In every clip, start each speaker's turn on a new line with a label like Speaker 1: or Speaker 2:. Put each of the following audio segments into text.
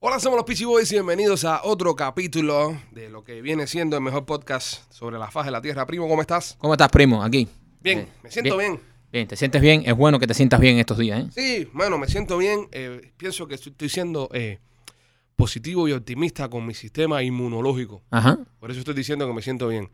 Speaker 1: Hola, somos los Peachy Boys y bienvenidos a otro capítulo de lo que viene siendo el mejor podcast sobre la faz de la tierra. Primo, ¿cómo estás?
Speaker 2: ¿Cómo estás, primo? Aquí.
Speaker 1: Bien,
Speaker 2: Eh,
Speaker 1: me siento bien.
Speaker 2: Bien, ¿te sientes bien? Es bueno que te sientas bien estos días, ¿eh?
Speaker 1: Sí, bueno, me siento bien. eh, pienso que estoy estoy siendo eh, positivo y optimista con mi sistema inmunológico.
Speaker 2: Ajá.
Speaker 1: Por eso estoy diciendo que me siento bien.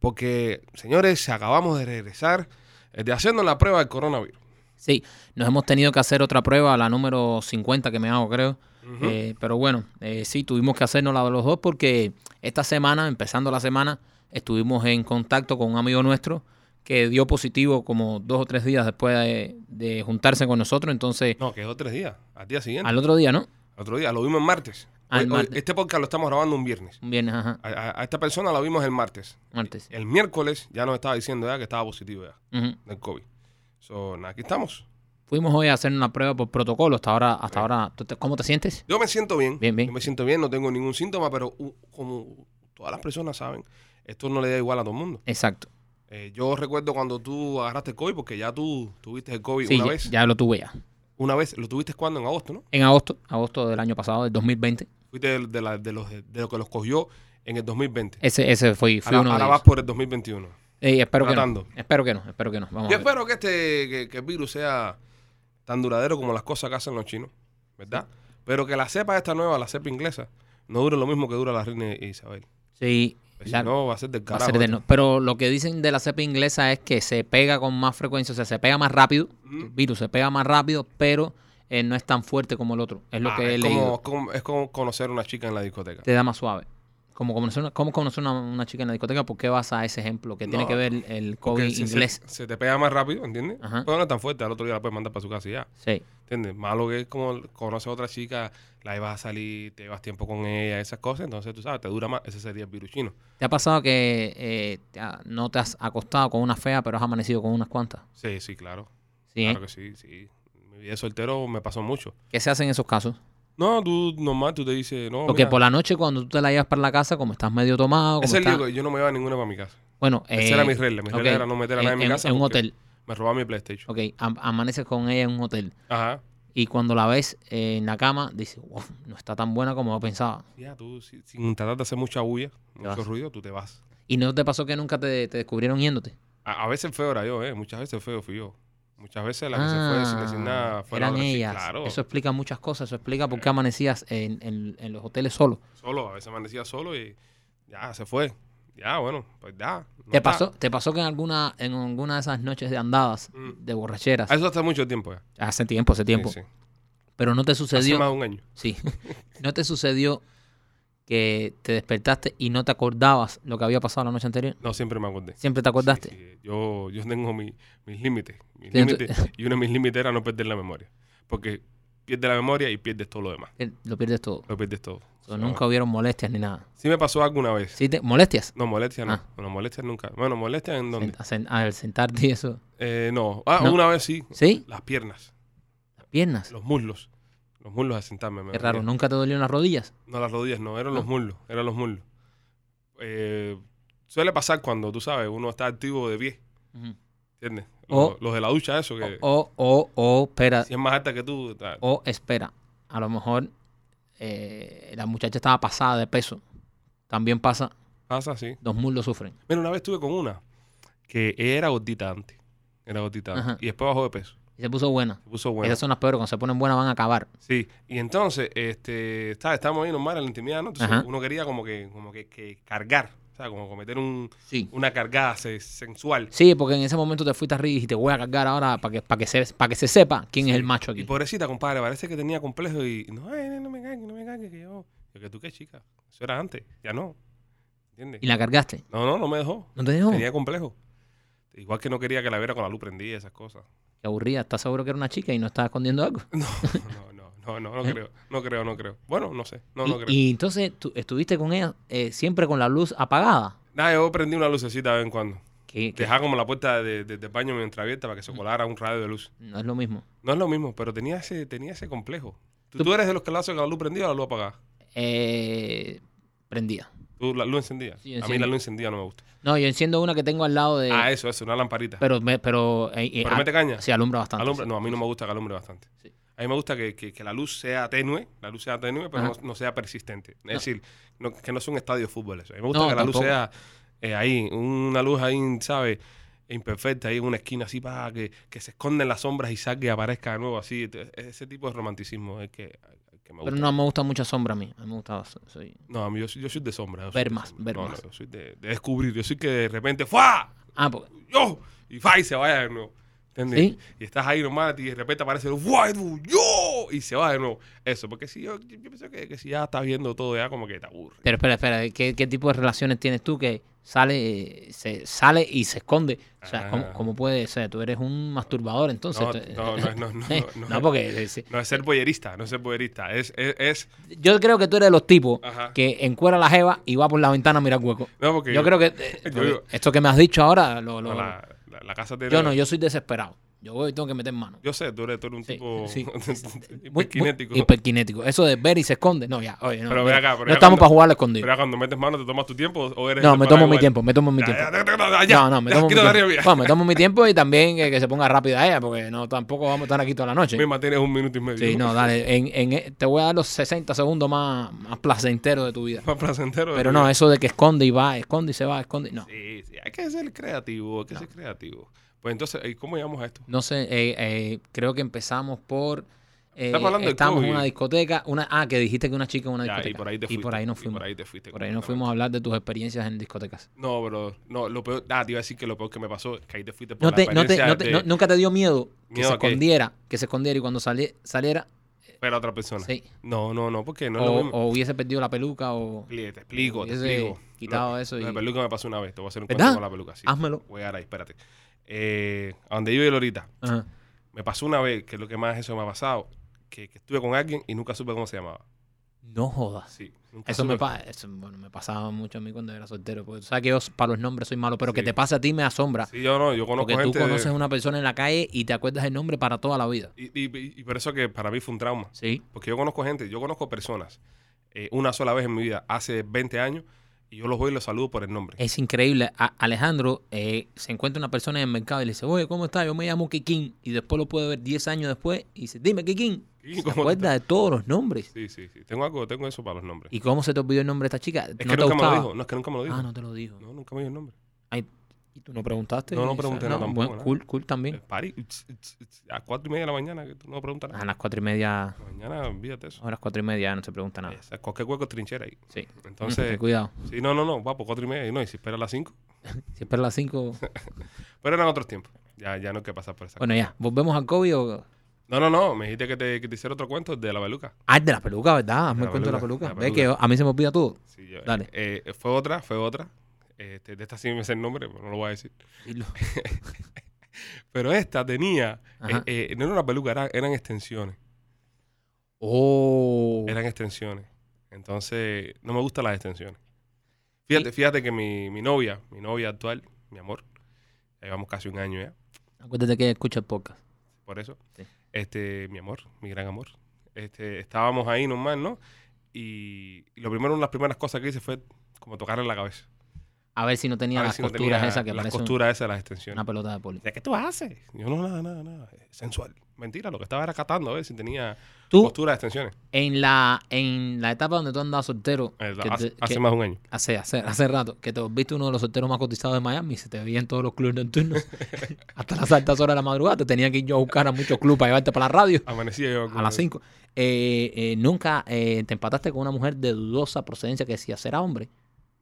Speaker 1: Porque, señores, acabamos de regresar eh, de hacernos la prueba del coronavirus.
Speaker 2: Sí, nos hemos tenido que hacer otra prueba, la número 50 que me hago, creo. Eh, pero bueno, eh, sí, tuvimos que hacernos la de los dos porque esta semana, empezando la semana, estuvimos en contacto con un amigo nuestro que dio positivo como dos o tres días después de, de juntarse con nosotros. Entonces,
Speaker 1: No, quedó tres días. Al día siguiente.
Speaker 2: al otro día, ¿no?
Speaker 1: Otro día, lo vimos el martes.
Speaker 2: Ah, el
Speaker 1: Hoy- hoy-
Speaker 2: martes.
Speaker 1: este podcast lo estamos grabando un viernes.
Speaker 2: Un viernes, ajá,
Speaker 1: A, a- a esta persona la vimos el martes.
Speaker 2: martes.
Speaker 1: El miércoles ya nos estaba diciendo ya que estaba positivo ya
Speaker 2: Ujú.
Speaker 1: del COVID. So, nada, aquí estamos.
Speaker 2: Fuimos hoy a hacer una prueba por protocolo. Hasta ahora, hasta ahora ¿tú te- ¿cómo te sientes?
Speaker 1: Yo me siento bien.
Speaker 2: Bien, bien.
Speaker 1: Yo me siento bien, no tengo ningún síntoma, pero uh, como todas las personas saben, esto no le da igual a todo el mundo.
Speaker 2: Exacto.
Speaker 1: Eh, yo recuerdo cuando tú agarraste el COVID, porque ya tú tuviste el COVID
Speaker 2: Sí,
Speaker 1: una
Speaker 2: ya-
Speaker 1: vez.
Speaker 2: ya lo tuve ya.
Speaker 1: Una vez, lo tuviste cuando en agosto, ¿no?
Speaker 2: En agosto, agosto del año pasado, del 2020.
Speaker 1: Fuiste de, de la- de los, de lo que los cogió en el 2020.
Speaker 2: Ese, ese fue, Eh, fui
Speaker 1: ahora
Speaker 2: uno de
Speaker 1: ahora vas
Speaker 2: ellos.
Speaker 1: por el 2021.
Speaker 2: Ey, espero que
Speaker 1: tratando.
Speaker 2: no. Espero que no, espero que no. Vamos
Speaker 1: Yo
Speaker 2: a ver.
Speaker 1: espero que este que, que el virus sea tan duradero como las cosas que hacen los chinos, ¿verdad? Pero que la cepa esta nueva, la cepa inglesa, no dure lo mismo que dura la reina Isabel.
Speaker 2: Sí,
Speaker 1: Pues
Speaker 2: la-
Speaker 1: si no, va a ser del
Speaker 2: va a
Speaker 1: carajo.
Speaker 2: ser eterno. Pero lo que dicen de la cepa inglesa es que se pega con más frecuencia, o sea, se pega más rápido.
Speaker 1: Mm.
Speaker 2: El virus se pega más rápido, pero eh, no es tan fuerte como el otro. Es lo
Speaker 1: Ah,
Speaker 2: que he
Speaker 1: es,
Speaker 2: leído.
Speaker 1: como, como- es como conocer a una chica en la discoteca.
Speaker 2: Te da más suave. Como conocer una, ¿Cómo conocer una, una chica en la discoteca? ¿Por qué vas a ese ejemplo? Que tiene
Speaker 1: No,
Speaker 2: que ver el
Speaker 1: Porque
Speaker 2: COVID
Speaker 1: si se-
Speaker 2: inglés.
Speaker 1: Se, te pega más rápido, ¿entiendes?
Speaker 2: Ajá.
Speaker 1: Pero no es tan fuerte, al otro día la puedes mandar para su casa y ya.
Speaker 2: Sí.
Speaker 1: ¿Entiendes? Malo que es como conoces a otra chica, la llevas a salir, te llevas tiempo con ella, esas cosas, entonces tú sabes, te dura más. Ese sería el virus chino.
Speaker 2: ¿Te ha pasado que eh, te ha- no te has acostado con una fea, pero has amanecido con unas cuantas?
Speaker 1: Sí, sí, claro.
Speaker 2: Sí, ¿eh?
Speaker 1: Claro que sí, sí. Mi vida de soltero me pasó mucho.
Speaker 2: ¿Qué se hace en esos casos?
Speaker 1: No, tú normal, tú te dices, no.
Speaker 2: Porque
Speaker 1: Oh, mira,
Speaker 2: por la noche cuando tú te la llevas para la casa, como estás medio tomado, como
Speaker 1: ese es el
Speaker 2: estás-
Speaker 1: lío que yo no me llevaba ninguna para mi casa.
Speaker 2: Bueno,
Speaker 1: Esa
Speaker 2: eh,
Speaker 1: era mi regla. Mi regla
Speaker 2: ok,
Speaker 1: era no meter a nadie en, mi casa.
Speaker 2: un
Speaker 1: porque
Speaker 2: hotel,
Speaker 1: Me robaba mi PlayStation.
Speaker 2: ok, am- amaneces con ella en un hotel
Speaker 1: Ajá.
Speaker 2: y cuando la ves eh, en la cama, dices, wow, no está tan buena como yo pensaba.
Speaker 1: Ya, tú si- sin tratar de hacer mucha bulla, mucho
Speaker 2: vas.
Speaker 1: ruido, tú te vas.
Speaker 2: ¿Y no te pasó que nunca te, te descubrieron yéndote?
Speaker 1: A, a veces feo era yo, ¿eh? Muchas veces feo fui yo. Muchas veces la que se fue sin decir nada fue la
Speaker 2: Ah, eran
Speaker 1: otra. Sí,
Speaker 2: ellas.
Speaker 1: claro.
Speaker 2: Eso explica muchas cosas, eso explica por qué amanecías en, en- en los hoteles solo.
Speaker 1: Solo, a veces amanecía solo y ya, se fue. Ya, bueno, pues ya. no
Speaker 2: ¿Te
Speaker 1: está.
Speaker 2: pasó, ¿Te pasó que en alguna, en alguna de esas noches de andadas,
Speaker 1: Mm.
Speaker 2: de borracheras,
Speaker 1: Ah, Eso hace mucho tiempo ya.
Speaker 2: hace tiempo, hace tiempo,
Speaker 1: Sí, sí.
Speaker 2: pero no te
Speaker 1: Hace
Speaker 2: sucedió...
Speaker 1: más de un año.
Speaker 2: Sí. ¿No te sucedió que te despertaste y no te acordabas lo que había pasado la noche anterior?
Speaker 1: No, siempre me acordé.
Speaker 2: ¿Siempre te acordaste?
Speaker 1: Sí, sí, Yo, yo tengo mi- mis límites. mis
Speaker 2: Sí, tú-
Speaker 1: límites, y uno de mis límites era no perder la memoria. Porque pierdes la memoria y pierdes todo lo demás.
Speaker 2: Eh, Lo pierdes todo.
Speaker 1: Lo pierdes todo.
Speaker 2: O
Speaker 1: O sea,
Speaker 2: sea, nunca hubieron molestias ni nada.
Speaker 1: Sí me pasó alguna vez.
Speaker 2: ¿Sí te, ¿Molestias?
Speaker 1: No, molestia no.
Speaker 2: Ah.
Speaker 1: No, molestia nunca. Bueno, molestia en dónde.
Speaker 2: Sent- sen- al sentarte y eso.
Speaker 1: Eh, no. Ah,
Speaker 2: No.
Speaker 1: una vez sí.
Speaker 2: ¿Sí?
Speaker 1: Las piernas.
Speaker 2: Las piernas.
Speaker 1: Los muslos. Los muslos a sentarme. me
Speaker 2: Qué
Speaker 1: dolía.
Speaker 2: raro. ¿Nunca te dolieron las rodillas?
Speaker 1: No, las rodillas no. Eran los
Speaker 2: Ah.
Speaker 1: muslos. Eran los muslos. Eh, suele pasar cuando, tú sabes, uno está activo de pie.
Speaker 2: Ujú.
Speaker 1: ¿Entiendes?
Speaker 2: O-
Speaker 1: los, los de la ducha, eso. que
Speaker 2: O, o, o, espera.
Speaker 1: Si es más alta que tú. ta-
Speaker 2: O, espera. A lo mejor eh, la muchacha estaba pasada de peso. También pasa.
Speaker 1: Pasa así.
Speaker 2: Los muslos sufren.
Speaker 1: Mira, una vez estuve con una que ella era gordita antes. Era gordita antes.
Speaker 2: Ajá.
Speaker 1: Y después bajó de peso.
Speaker 2: Y se puso buena.
Speaker 1: Se puso buena.
Speaker 2: Esas son las peores. Cuando se ponen buenas van a acabar.
Speaker 1: Sí. Y entonces, este, está, estábamos ahí normal en la intimidad, ¿no? Entonces,
Speaker 2: Ajá.
Speaker 1: uno quería como que, como que, que cargar. O sea, como cometer un,
Speaker 2: Sí.
Speaker 1: una cargada se- sensual.
Speaker 2: Sí, porque en ese momento te fuiste arriba y dijiste, voy a cargar ahora para que, para que, se, para que se sepa quién es el macho
Speaker 1: Y
Speaker 2: aquí.
Speaker 1: pobrecita, compadre, parece que tenía complejo y no, ay, no me cargues, no me cargues, que yo. Yo, que tú qué chica. Eso era antes, ya no. ¿Entiendes?
Speaker 2: Y la cargaste.
Speaker 1: No, no, no me dejó.
Speaker 2: ¿No te dijo?
Speaker 1: Tenía complejo. Igual que no quería que la viera con la luz prendida y esas cosas.
Speaker 2: Qué aburrida. ¿Estás seguro que era una chica y no estaba escondiendo algo?
Speaker 1: No, no, no, no, no creo. No creo, no creo. Bueno, no sé. No,
Speaker 2: ¿Eh? y,
Speaker 1: no creo.
Speaker 2: y entonces tú estuviste con ella eh, siempre con la luz apagada.
Speaker 1: Nada, yo prendí una lucecita de vez en cuando.
Speaker 2: Que, que
Speaker 1: Dejaba como la puerta de, de- del baño mientras abierta para que se colara un radio de luz.
Speaker 2: no es lo mismo.
Speaker 1: No es lo mismo, pero tenía ese, tenía ese complejo. ¿Tú, tú eres de los que la hacen con la luz prendida o la luz apagada?
Speaker 2: Eh, prendida.
Speaker 1: ¿Tú la luz encendida?
Speaker 2: Sí,
Speaker 1: A mí la
Speaker 2: encendida.
Speaker 1: luz encendida no me gusta.
Speaker 2: No, yo enciendo una que tengo al lado de...
Speaker 1: ah, eso, eso, una lamparita.
Speaker 2: pero me, pero, eh, eh,
Speaker 1: Pero
Speaker 2: ah,
Speaker 1: mete caña.
Speaker 2: Sí, alumbra bastante.
Speaker 1: Alumbra-
Speaker 2: sí.
Speaker 1: no, a mí no me gusta que alumbre bastante.
Speaker 2: Sí.
Speaker 1: A mí me gusta que, que- que la luz sea tenue, la luz sea tenue, pero
Speaker 2: Ajá.
Speaker 1: no, no sea persistente. Es decir, no- que no sea un estadio de fútbol eso. A mí me gusta
Speaker 2: No,
Speaker 1: que la
Speaker 2: tampoco.
Speaker 1: luz sea eh, ahí, una luz ahí, ¿sabes? Imperfecta, ahí en una esquina así, para que, que se esconden las sombras y salga y aparezca de nuevo así. Te- Ese tipo de romanticismo es que, que me gusta.
Speaker 2: Pero no me gusta mucha sombra a mí. A mí me gusta. Soy,
Speaker 1: No, a mí yo, soy- yo soy de sombra. yo soy
Speaker 2: Ver
Speaker 1: de
Speaker 2: más,
Speaker 1: sombra.
Speaker 2: ver
Speaker 1: No, no,
Speaker 2: más.
Speaker 1: yo soy de, de descubrir. Yo soy que de repente ¡fua!
Speaker 2: ah, porque
Speaker 1: ¡Yo! Y ¡fa! y se vaya de nuevo. ¿Entiendes?
Speaker 2: Sí.
Speaker 1: Y estás ahí nomás y de repente aparece el ¡fua! y tú, ¡yo! Y se va de nuevo. Eso, porque si yo, yo pienso que, que si ya estás viendo todo ya como que te aburre.
Speaker 2: Pero espera, espera, ¿qué, qué tipo de relaciones tienes tú que sale, eh, se sale y se esconde? O sea,
Speaker 1: Ah.
Speaker 2: ¿cómo, cómo puede ser? Tú eres un masturbador, entonces.
Speaker 1: No,
Speaker 2: tú-
Speaker 1: no, no, no, no, no.
Speaker 2: No, porque eh, sí.
Speaker 1: No es ser boyerista, no es ser boyerista. Es, es, es-
Speaker 2: yo creo que tú eres de los tipos
Speaker 1: Ajá.
Speaker 2: que encuera la jeva y va por la ventana a mirar hueco.
Speaker 1: No, porque
Speaker 2: Yo creo que eh,
Speaker 1: yo
Speaker 2: porque
Speaker 1: digo-
Speaker 2: esto que me has dicho ahora, lo, lo-
Speaker 1: no, la, la- la casa tiene...
Speaker 2: yo no, yo soy desesperado. Yo voy y tengo que meter mano.
Speaker 1: Yo sé, tú eres, tú eres un
Speaker 2: Sí,
Speaker 1: tipo
Speaker 2: sí. Muy- muy
Speaker 1: hiperkinético.
Speaker 2: hiperkinético. Eso de ver y se esconde. No, ya, oye, no.
Speaker 1: Pero ve
Speaker 2: mira,
Speaker 1: acá, pero
Speaker 2: no
Speaker 1: ya
Speaker 2: estamos
Speaker 1: cuando-
Speaker 2: para jugar al escondido.
Speaker 1: Pero cuando metes mano, ¿te tomas tu tiempo o eres...
Speaker 2: No, me
Speaker 1: hermana
Speaker 2: tomo mi
Speaker 1: igual?
Speaker 2: tiempo, me tomo mi
Speaker 1: Ya,
Speaker 2: tiempo.
Speaker 1: ya, ya, ya, ya.
Speaker 2: no, no, me
Speaker 1: Ya,
Speaker 2: tomo mi
Speaker 1: quita la
Speaker 2: tiempo.
Speaker 1: arriba, ya.
Speaker 2: Bueno, me tomo mi tiempo y también eh, que, que se ponga rápida ella, porque no tampoco vamos a estar aquí toda la noche.
Speaker 1: Misma tienes un minuto y medio.
Speaker 2: Sí, no, dale. En, en- te voy a dar los 60 segundos más, más placenteros de tu vida.
Speaker 1: Más placentero.
Speaker 2: Pero no, eso de que esconde y va, esconde y se va, esconde. y- No,
Speaker 1: Sí, sí, hay que ser creativo, hay que ser creativo. Pues entonces, ¿y ¿cómo llegamos a esto?
Speaker 2: no sé, eh, eh, creo que empezamos por. eh,
Speaker 1: Estamos hablando del
Speaker 2: estamos en
Speaker 1: COVID.
Speaker 2: una discoteca. Una, ah, que dijiste que una chica en una
Speaker 1: Ya, y
Speaker 2: discoteca.
Speaker 1: por ahí te fuiste.
Speaker 2: Y por ahí nos
Speaker 1: y
Speaker 2: fuimos.
Speaker 1: Por ahí te fuiste.
Speaker 2: Por ahí nos fuimos a hablar de tus experiencias en discotecas.
Speaker 1: No, pero no, lo peor, ah, te iba a decir que lo peor que me pasó es que ahí te fuiste por
Speaker 2: No
Speaker 1: la
Speaker 2: te, no te-
Speaker 1: experiencia
Speaker 2: no te-
Speaker 1: de-
Speaker 2: no- nunca te dio miedo que
Speaker 1: ¿Miedo
Speaker 2: se
Speaker 1: a qué?
Speaker 2: escondiera, que se escondiera y cuando sali- saliera,
Speaker 1: pero a otra persona.
Speaker 2: Sí.
Speaker 1: No, no, no, porque no es lo
Speaker 2: o,
Speaker 1: mismo.
Speaker 2: o hubiese perdido la peluca o...
Speaker 1: Te explico, te
Speaker 2: hubiese
Speaker 1: explico.
Speaker 2: quitado
Speaker 1: Lo-
Speaker 2: eso
Speaker 1: lo de
Speaker 2: y-
Speaker 1: peluca me pasó una vez, te voy a hacer un
Speaker 2: ¿Verdad? Ah.
Speaker 1: cuento con la peluca. Sí.
Speaker 2: Házmelo.
Speaker 1: Voy a dar ahí, espérate. Eh, a donde vive Lorita,
Speaker 2: Ajá.
Speaker 1: me pasó una vez, que es lo que más eso me ha pasado, que, que estuve con alguien y nunca supe cómo se llamaba.
Speaker 2: No jodas.
Speaker 1: Sí. nunca
Speaker 2: Eso
Speaker 1: supe-
Speaker 2: me, pa- eso, bueno, me pasaba mucho a mí cuando era soltero. Porque tú sabes que yo para los nombres soy malo, pero que
Speaker 1: Sí.
Speaker 2: te pase a ti me asombra.
Speaker 1: Sí, yo no, yo conozco
Speaker 2: porque tú
Speaker 1: gente. de-
Speaker 2: conoces a una persona en la calle y te acuerdas el nombre para toda la vida.
Speaker 1: Y, y- y por eso que para mí fue un trauma.
Speaker 2: Sí.
Speaker 1: Porque yo conozco gente, yo conozco personas eh, una sola vez en mi vida, hace 20 años, y yo los voy y los saludo por el nombre.
Speaker 2: Es increíble. A- Alejandro eh, se encuentra una persona en el mercado y le dice, oye, ¿cómo estás? Yo me llamo Kikín. Y después lo puede ver 10 años después y dice, dime, Kikín.
Speaker 1: Kikín,
Speaker 2: Se
Speaker 1: ¿cómo
Speaker 2: acuerda de todos los nombres.
Speaker 1: Sí, sí, sí. Tengo algo, tengo eso para los nombres.
Speaker 2: ¿Y cómo se te olvidó el nombre de esta chica?
Speaker 1: Es
Speaker 2: ¿No
Speaker 1: que
Speaker 2: te
Speaker 1: nunca
Speaker 2: gustaba?
Speaker 1: me lo dijo. No, es que nunca me lo dijo.
Speaker 2: Ah, no te lo dijo.
Speaker 1: no. nunca me dijo el nombre.
Speaker 2: Ay, ¿Y tú no preguntaste?
Speaker 1: No, no
Speaker 2: O sea,
Speaker 1: pregunté, no, tampoco,
Speaker 2: bueno,
Speaker 1: nada.
Speaker 2: cool, cool
Speaker 1: Eh,
Speaker 2: también.
Speaker 1: París, uts, uts, uts, a cuatro y media de la mañana, que tú no preguntas
Speaker 2: A
Speaker 1: nada.
Speaker 2: las cuatro y media,
Speaker 1: Mañana, olvídate eso.
Speaker 2: a las cuatro y media no se pregunta nada.
Speaker 1: O sea, cualquier hueco es trinchera ahí.
Speaker 2: Sí.
Speaker 1: Entonces,
Speaker 2: Ten cuidado.
Speaker 1: sí, no, no, no, va por cuatro y media. Y no, y si espera a las cinco.
Speaker 2: Si esperas las cinco...
Speaker 1: Pero eran otros tiempos. Ya, ya no hay que pasar por esa.
Speaker 2: bueno, ya. ¿Volvemos al COVID o...?
Speaker 1: No, no, no. Me dijiste que te, que te hiciera otro cuento de la beluca.
Speaker 2: Ah, el de la peluca, ¿verdad? Hazme
Speaker 1: la
Speaker 2: el cuento de la
Speaker 1: peluca,
Speaker 2: peluca.
Speaker 1: la
Speaker 2: Ve que
Speaker 1: peluca.
Speaker 2: a mí se me olvida todo.
Speaker 1: Sí, yo-
Speaker 2: Dale.
Speaker 1: eh, eh, fue otra, fue otra. Este, de esta sí me sé el nombre, pero no lo voy a decir.
Speaker 2: Y lo-
Speaker 1: Pero esta tenía, eh,
Speaker 2: Ajá.
Speaker 1: eh, no era una peluca, era- eran extensiones.
Speaker 2: Oh.
Speaker 1: Eran extensiones. Entonces, no me gustan las extensiones. Fíjate, fíjate que mi, mi novia, mi novia actual, mi amor, ya llevamos casi un año ya,
Speaker 2: Acuérdate que escucha el podcast.
Speaker 1: por eso.
Speaker 2: Sí.
Speaker 1: Este, mi amor, mi gran amor. Este, estábamos ahí nomás, ¿no? Y, y lo primero, una de las primeras cosas que hice fue como tocarle la cabeza.
Speaker 2: A ver si no tenía
Speaker 1: A ver
Speaker 2: las
Speaker 1: si no
Speaker 2: costuras
Speaker 1: tenía
Speaker 2: esas que
Speaker 1: las
Speaker 2: parecen
Speaker 1: costuras esas de las extensiones.
Speaker 2: una pelota de poli.
Speaker 1: Dice, ¿qué tú haces? Y Yo no, nada, nada, nada. Es Sensual. Mentira, lo que estaba era catando a ver si tenía
Speaker 2: Tú,
Speaker 1: postura de extensiones.
Speaker 2: en la, en la etapa donde tú andabas soltero,
Speaker 1: Eh,
Speaker 2: que
Speaker 1: hace,
Speaker 2: te-
Speaker 1: hace
Speaker 2: que-
Speaker 1: más de un año.
Speaker 2: hace, hace, hace rato, que te volviste uno de los solteros más cotizados de Miami y se te veía en todos los clubes nocturnos. Hasta las altas horas de la madrugada te tenía que ir yo a buscar a muchos clubes para llevarte para la radio.
Speaker 1: Amanecía yo.
Speaker 2: A las 5. nunca eh, te empataste con una mujer de dudosa procedencia que decía, ¿será hombre?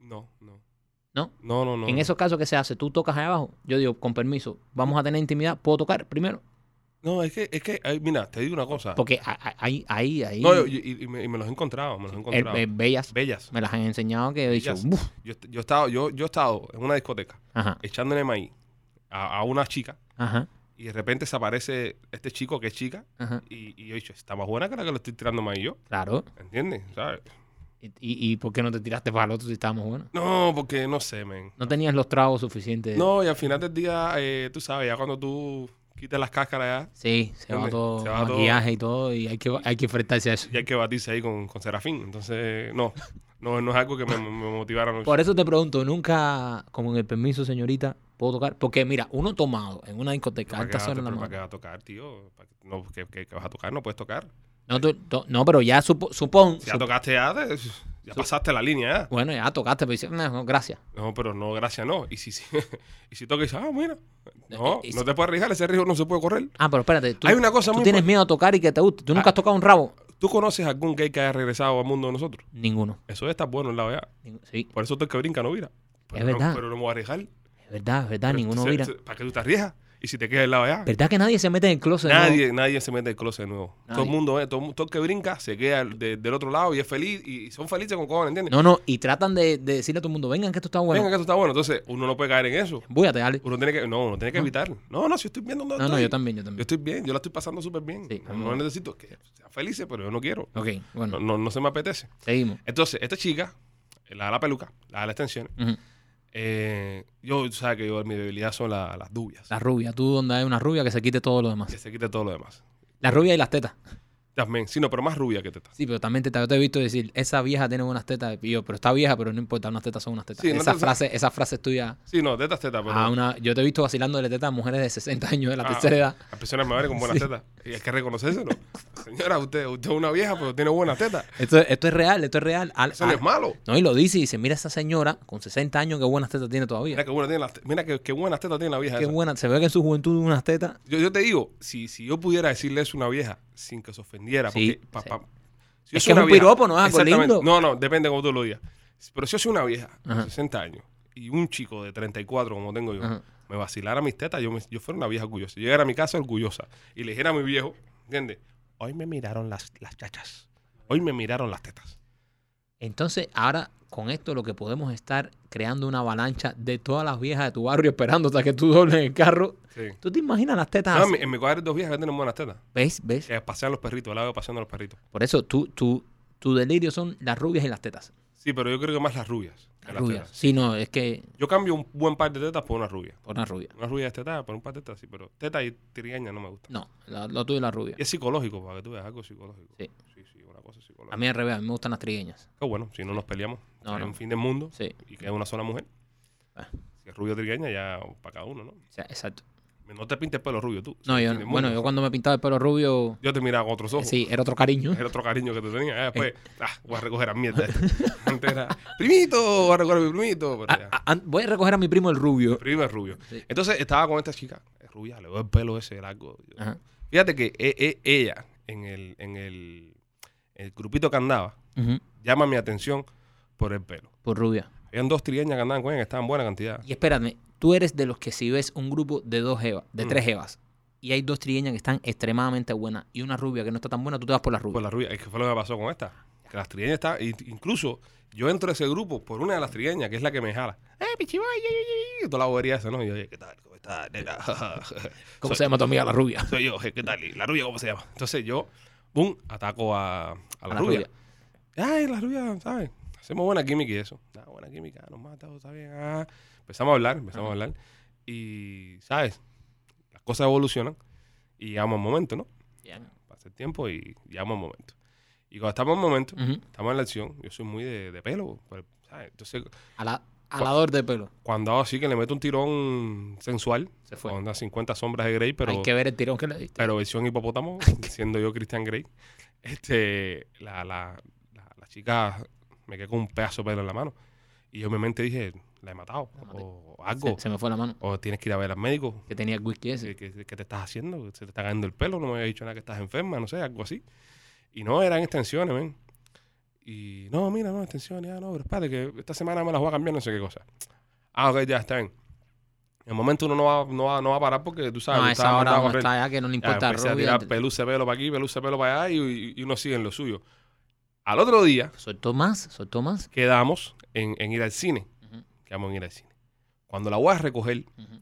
Speaker 1: No, no.
Speaker 2: ¿No?
Speaker 1: No, no, no.
Speaker 2: en
Speaker 1: no.
Speaker 2: esos casos que se hace, tú tocas ahí abajo. Yo digo, con permiso, vamos a tener intimidad, ¿puedo tocar primero?
Speaker 1: No, es que, es que ay, mira, te digo una cosa.
Speaker 2: Porque a- a- ahí, ahí, ahí,
Speaker 1: Ah, No, yo- y, y me, y me los he encontrado, me los he
Speaker 2: el-
Speaker 1: encontrado.
Speaker 2: el- bellas,
Speaker 1: Bellas.
Speaker 2: me las han enseñado que he dicho,
Speaker 1: Bellas.
Speaker 2: "Buf".
Speaker 1: Yo, est- yo, he estado, yo, yo he estado en una discoteca
Speaker 2: ajá,
Speaker 1: echándole maíz a, a una chica
Speaker 2: ajá,
Speaker 1: y de repente se aparece este chico que es chica
Speaker 2: ajá,
Speaker 1: y, y yo he dicho, está más buena que la que le estoy tirando maíz yo.
Speaker 2: claro.
Speaker 1: ¿Entiendes? ¿Sabes?
Speaker 2: ¿Y, y, y por qué no te tiraste para el otro si estábamos buenos?
Speaker 1: No, porque no sé, men.
Speaker 2: No tenías los tragos suficientes.
Speaker 1: Ah. No, y al final del día, eh, tú sabes, ya cuando tú quitas las cáscaras
Speaker 2: Sí, se va
Speaker 1: Hombre,
Speaker 2: todo,
Speaker 1: se va todo.
Speaker 2: maquillaje y todo, y hay que, hay que enfrentarse a eso.
Speaker 1: ya, ya hay que batirse ahí con, con Serafín. Entonces, no, no, no es algo que me, me motivara. mucho.
Speaker 2: Por eso te pregunto, nunca, como en el permiso, señorita, Puedo tocar. Porque mira, uno tomado en una discoteca,
Speaker 1: ¿Para qué
Speaker 2: alta
Speaker 1: vas a
Speaker 2: sola en la
Speaker 1: to-
Speaker 2: mano.
Speaker 1: para qué vas a tocar, tío? ¿Para qué- No, ¿qué, qué- qué vas a tocar? No puedes tocar.
Speaker 2: No, tú- to- no, pero ya supo- supón.
Speaker 1: Si ya
Speaker 2: sup-
Speaker 1: tocaste, ya, te- ya pasaste la línea, ¿eh?
Speaker 2: bueno, ya tocaste, pero dices, no, no, gracias.
Speaker 1: No, pero no, gracias, no. Y si, si, y si toca y dice, ah, mira. No,
Speaker 2: Y- y
Speaker 1: no te puedes arriesgar, ese riesgo no se puede correr.
Speaker 2: Ah, pero espérate, tú,
Speaker 1: Hay una cosa
Speaker 2: tú
Speaker 1: muy
Speaker 2: tienes
Speaker 1: impor-
Speaker 2: miedo a tocar y que te guste. ¿Tú
Speaker 1: Ah.
Speaker 2: nunca has tocado un rabo?
Speaker 1: ¿Tú conoces algún gay que haya regresado al mundo de nosotros?
Speaker 2: Ninguno.
Speaker 1: Eso está bueno en la OEA.
Speaker 2: Ningu- Sí,
Speaker 1: Por eso todo el que brinca no vira. Pero
Speaker 2: Es
Speaker 1: no,
Speaker 2: verdad.
Speaker 1: Pero no me voy a arriesgar.
Speaker 2: es verdad, es verdad,
Speaker 1: Pero
Speaker 2: ninguno
Speaker 1: se-
Speaker 2: mira.
Speaker 1: se- ¿Para qué tú te arriesgas? Y si te quedas en la OEA.
Speaker 2: ¿Verdad que nadie se mete en el closet? de nuevo?
Speaker 1: Nadie, nadie se mete en el closet de nuevo.
Speaker 2: Nadie.
Speaker 1: Todo el mundo, eh, todo, el mu- todo el que brinca se queda de- del otro lado y es feliz y son felices con cojones, ¿entiendes?
Speaker 2: No, no, y tratan de, de decirle a todo el mundo, vengan que esto está bueno.
Speaker 1: Venga, que esto está bueno. Entonces, uno no puede caer en eso.
Speaker 2: Búyate, dale.
Speaker 1: Uno tiene que, no, uno tiene que evitar. No, no, si estoy viendo no,
Speaker 2: No, no, yo también, yo
Speaker 1: Yo
Speaker 2: también.
Speaker 1: estoy bien, yo la estoy pasando súper bien.
Speaker 2: Sí,
Speaker 1: no,
Speaker 2: no.
Speaker 1: necesito que sean felices, pero yo no quiero.
Speaker 2: Ok,
Speaker 1: No,
Speaker 2: bueno,
Speaker 1: no, no se me apetece.
Speaker 2: seguimos.
Speaker 1: Entonces, esta chica, eh, la de la peluca, la de las extensiones,
Speaker 2: Ujú.
Speaker 1: eh, yo, tú sabes que yo, mi debilidad son la- las dubias.
Speaker 2: La rubia, tú donde hay una rubia que se quite todo lo
Speaker 1: Que
Speaker 2: demás.
Speaker 1: se quite todo lo demás.
Speaker 2: La rubia y las tetas.
Speaker 1: También, sí, no, pero más rubia que te
Speaker 2: Sí, pero también te, yo te he visto decir, esa vieja tiene buenas tetas. Y yo, pero está vieja, pero no importa, unas tetas son unas tetas.
Speaker 1: Sí, no
Speaker 2: esa,
Speaker 1: te-
Speaker 2: frase, esa frase es tuya.
Speaker 1: Sí, no, tetas, tetas, pero.
Speaker 2: a Ah, una, yo te he visto vacilando de tetas a mujeres de 60 años de la
Speaker 1: Ah,
Speaker 2: tercera edad.
Speaker 1: Las personas mayores con buenas tetas. Y hay que reconocérselo. Señora, usted, usted es una vieja, pero tiene buenas tetas.
Speaker 2: Esto, esto es real, esto es real. Al-
Speaker 1: Eso no
Speaker 2: al-
Speaker 1: es malo.
Speaker 2: no, y lo dice y dice, mira esa señora con 60 años, qué buenas tetas tiene
Speaker 1: Mira
Speaker 2: todavía.
Speaker 1: que buena tiene las te- mira que, que buenas tetas tiene la vieja.
Speaker 2: Qué
Speaker 1: esa.
Speaker 2: buena, se ve que en su juventud unas tetas.
Speaker 1: Yo, yo te digo, si, si yo pudiera decirle eso a una vieja sin que se ofendiera,
Speaker 2: Sí,
Speaker 1: porque pa-
Speaker 2: sí.
Speaker 1: pa- si yo
Speaker 2: Es
Speaker 1: soy
Speaker 2: que
Speaker 1: una
Speaker 2: es un piropo, ¿no? Ah, con
Speaker 1: Exactamente.
Speaker 2: lindo.
Speaker 1: No, no, depende cómo tú lo digas. Pero si yo soy una vieja de
Speaker 2: Ajá.
Speaker 1: 60 años y un chico de 34 como tengo yo,
Speaker 2: Ajá.
Speaker 1: me vacilara mis tetas, yo, me- yo fuera una vieja orgullosa. Yo llegara a mi casa orgullosa y le dijera a mi viejo, ¿entiendes? Hoy me miraron las, las chachas. Hoy me miraron las tetas.
Speaker 2: Entonces, ahora con esto lo que podemos estar creando una avalancha de todas las viejas de tu barrio esperando hasta que tú dobles el carro.
Speaker 1: Sí.
Speaker 2: ¿Tú te imaginas las tetas?
Speaker 1: No, en,
Speaker 2: así?
Speaker 1: mi, en mi cuadro hay dos viejas que tienen buenas tetas.
Speaker 2: ¿Ves? ¿Ves?
Speaker 1: Que pasean los perritos, la veo paseando los perritos.
Speaker 2: Por eso tú, tú, tu delirio son las rubias y las tetas.
Speaker 1: Sí, pero yo creo que más las rubias. que
Speaker 2: Las
Speaker 1: las
Speaker 2: rubias.
Speaker 1: tetas.
Speaker 2: Sí, no, es que
Speaker 1: Yo cambio un buen par de tetas por una rubia.
Speaker 2: por una rubia.
Speaker 1: Una rubia de tetas por un par de tetas, sí, pero teta y tirigaña no me gusta.
Speaker 2: No, la- lo tuyo es la rubia.
Speaker 1: Y es psicológico, para que tú veas algo psicológico.
Speaker 2: Sí.
Speaker 1: sí, sí, una cosa psicológica.
Speaker 2: A mí al revés, a mí me gustan las trigueñas.
Speaker 1: Qué bueno, si no nos peleamos.
Speaker 2: No,
Speaker 1: hay
Speaker 2: no.
Speaker 1: un fin del mundo
Speaker 2: Sí,
Speaker 1: y que es una sola mujer.
Speaker 2: Ah.
Speaker 1: Si es rubio o trigueña, ya para cada uno, ¿no?
Speaker 2: o sea, exacto.
Speaker 1: No te pintes el pelo rubio tú.
Speaker 2: No,
Speaker 1: Si es
Speaker 2: yo,
Speaker 1: fin del
Speaker 2: bueno,
Speaker 1: mundo.
Speaker 2: yo cuando me pintaba el pelo rubio,
Speaker 1: Yo te miraba con otros ojos.
Speaker 2: sí, Eh. era otro cariño.
Speaker 1: Era otro cariño que te tenía. Ya después, ah, voy a recoger a mierda. esta. Antes era, primito, voy a recoger a mi primito. Pero ya.
Speaker 2: Ah, ah, voy a recoger a mi primo el rubio.
Speaker 1: Primo es rubio.
Speaker 2: Sí.
Speaker 1: Entonces estaba con esta chica, es rubia, le veo el pelo ese largo. Yo-
Speaker 2: Ajá.
Speaker 1: Fíjate que e- e- ella, en el, en el, el grupito que andaba,
Speaker 2: Ujú,
Speaker 1: llama mi atención por el pelo.
Speaker 2: Por rubia.
Speaker 1: Habían dos trigueñas que andaban con ella que estaban en buena cantidad.
Speaker 2: Y espérate, tú eres de los que si ves un grupo de dos jevas, de
Speaker 1: Mm.
Speaker 2: tres jevas, y hay dos trigueñas que están extremadamente buenas y una rubia que no está tan buena, tú te vas por la rubia.
Speaker 1: Por la rubia. Es que fue lo que me pasó con esta. Que las trigueñas estaban. in- Incluso yo entro a ese grupo por una de las trigueñas, que es la que me jala. ¡Eh, pichiboy! ye, ye, ye", Toda la bobería esa, ¿no? Y yo, "Oye, ¿qué tal? ¿Cómo estás, nena?
Speaker 2: ¿Cómo se llama tu amiga la rubia?
Speaker 1: Soy yo, "Oye, ¿qué tal? ¿Y la rubia cómo se llama? Entonces yo, boom, ataco a, a la,
Speaker 2: la
Speaker 1: rubia.
Speaker 2: rubia.
Speaker 1: Ay, la rubia, ¿sabes? Hacemos buena química y eso. Ah, buena química, nos mata, todo está bien. ah. Empezamos a hablar, empezamos a hablar. Y, ¿sabes? Las cosas evolucionan y llegamos al momento, ¿no?
Speaker 2: Bien.
Speaker 1: Pasa el tiempo y llegamos al momento. Y cuando estamos al momento,
Speaker 2: Ujú.
Speaker 1: estamos en la acción, yo soy muy de, de pelo, pero, ¿sabes? Entonces,
Speaker 2: A la, alador de pelo.
Speaker 1: cuando hago así que le meto un tirón sensual,
Speaker 2: Se fue.
Speaker 1: con unas 50 sombras de Grey, pero,
Speaker 2: Hay que ver el tirón que le diste.
Speaker 1: pero versión hipopótamo, siendo yo Christian Grey, este, la, la, la, la chica me quedó con un pedazo de pelo en la mano. Y yo en mi mente dije, la he matado,
Speaker 2: La maté.
Speaker 1: o
Speaker 2: Se-
Speaker 1: algo,
Speaker 2: se, me fue la mano.
Speaker 1: o tienes que ir a ver al médico,
Speaker 2: Que tenía el whisky ese.
Speaker 1: ¿Qué, qué- qué te estás haciendo? ¿Se te está cayendo el pelo? No me había dicho nada que estás enferma, no sé, algo así. Y no, eran extensiones, ven. Y no, mira, no, extensiones, ah, no, pero espérate, que esta semana me las voy a cambiar, no sé qué cosa. Ah, ok, ya está bien. En el momento uno no va, no va, no va a parar porque tú sabes,
Speaker 2: No,
Speaker 1: tú
Speaker 2: a
Speaker 1: estás
Speaker 2: esa hora
Speaker 1: mandado a
Speaker 2: uno
Speaker 1: correr.
Speaker 2: está ya que no le
Speaker 1: Ya,
Speaker 2: importa
Speaker 1: empecé pues a
Speaker 2: rubia.
Speaker 1: tirar peluce pelo para aquí, peluce pelo para allá y, y uno sigue en lo suyo. Al otro día
Speaker 2: Soltó más, soltó más.
Speaker 1: quedamos en, en ir al cine.
Speaker 2: Ujú,
Speaker 1: Quedamos en ir al cine. Cuando la voy a recoger,
Speaker 2: ujú.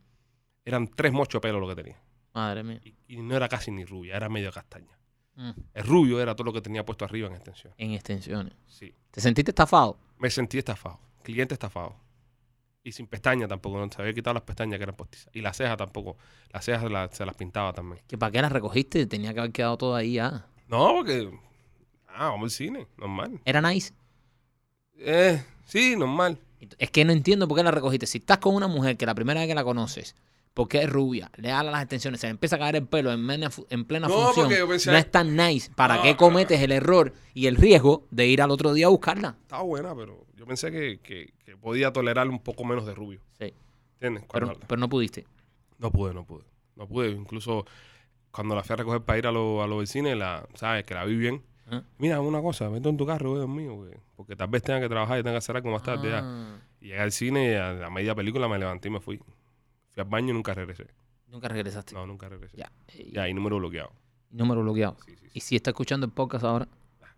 Speaker 1: eran tres mochos de pelo lo que tenía.
Speaker 2: Madre mía.
Speaker 1: Y, y no era casi ni rubia, era medio castaña.
Speaker 2: Mm,
Speaker 1: El rubio era todo lo que tenía puesto arriba en extensión.
Speaker 2: En extensiones.
Speaker 1: Sí.
Speaker 2: ¿Te sentiste estafado?
Speaker 1: Me sentí estafado. Cliente estafado. Y sin pestaña tampoco. No se había quitado las pestañas que eran postizas. Y las cejas tampoco. Las cejas la- se las pintaba también.
Speaker 2: ¿Que para qué las recogiste? Tenía que haber quedado todo ahí ah. ya.
Speaker 1: No, porque. Ah, vamos al cine. Normal.
Speaker 2: Era nice.
Speaker 1: Eh, sí, normal.
Speaker 2: Es que no entiendo por qué la recogiste. Si estás con una mujer que la primera vez que la conoces, porque es rubia, le da las extensiones, se le empieza a caer el pelo en plena, fu- en plena
Speaker 1: No,
Speaker 2: función,
Speaker 1: porque yo pensé-
Speaker 2: no es tan nice. ¿Para
Speaker 1: No,
Speaker 2: qué cometes el error y el riesgo de ir al otro día a buscarla?
Speaker 1: Estaba buena, pero yo pensé que, que- que podía tolerar un poco menos de rubio.
Speaker 2: Sí,
Speaker 1: ¿Entiendes?
Speaker 2: pero,
Speaker 1: Cuando-
Speaker 2: pero no pudiste.
Speaker 1: No pude, no pude. No pude. Incluso cuando la fui a recoger para ir a, lo- a los vecinos, la, ¿sabes? Que la vi bien.
Speaker 2: Ajá.
Speaker 1: Mira, una cosa, vete en tu carro, Dios mío, güey, porque tal vez tenga que trabajar y tenga que hacer algo más tarde. ya.
Speaker 2: Ah,
Speaker 1: Y llegué al cine y a la media película me levanté y me fui. Fui al baño y nunca regresé.
Speaker 2: Nunca regresaste.
Speaker 1: No, nunca regresé. Ya,
Speaker 2: Ya. eh,
Speaker 1: y número bloqueado.
Speaker 2: Número bloqueado.
Speaker 1: Sí, sí, sí.
Speaker 2: Y si está escuchando el podcast ahora,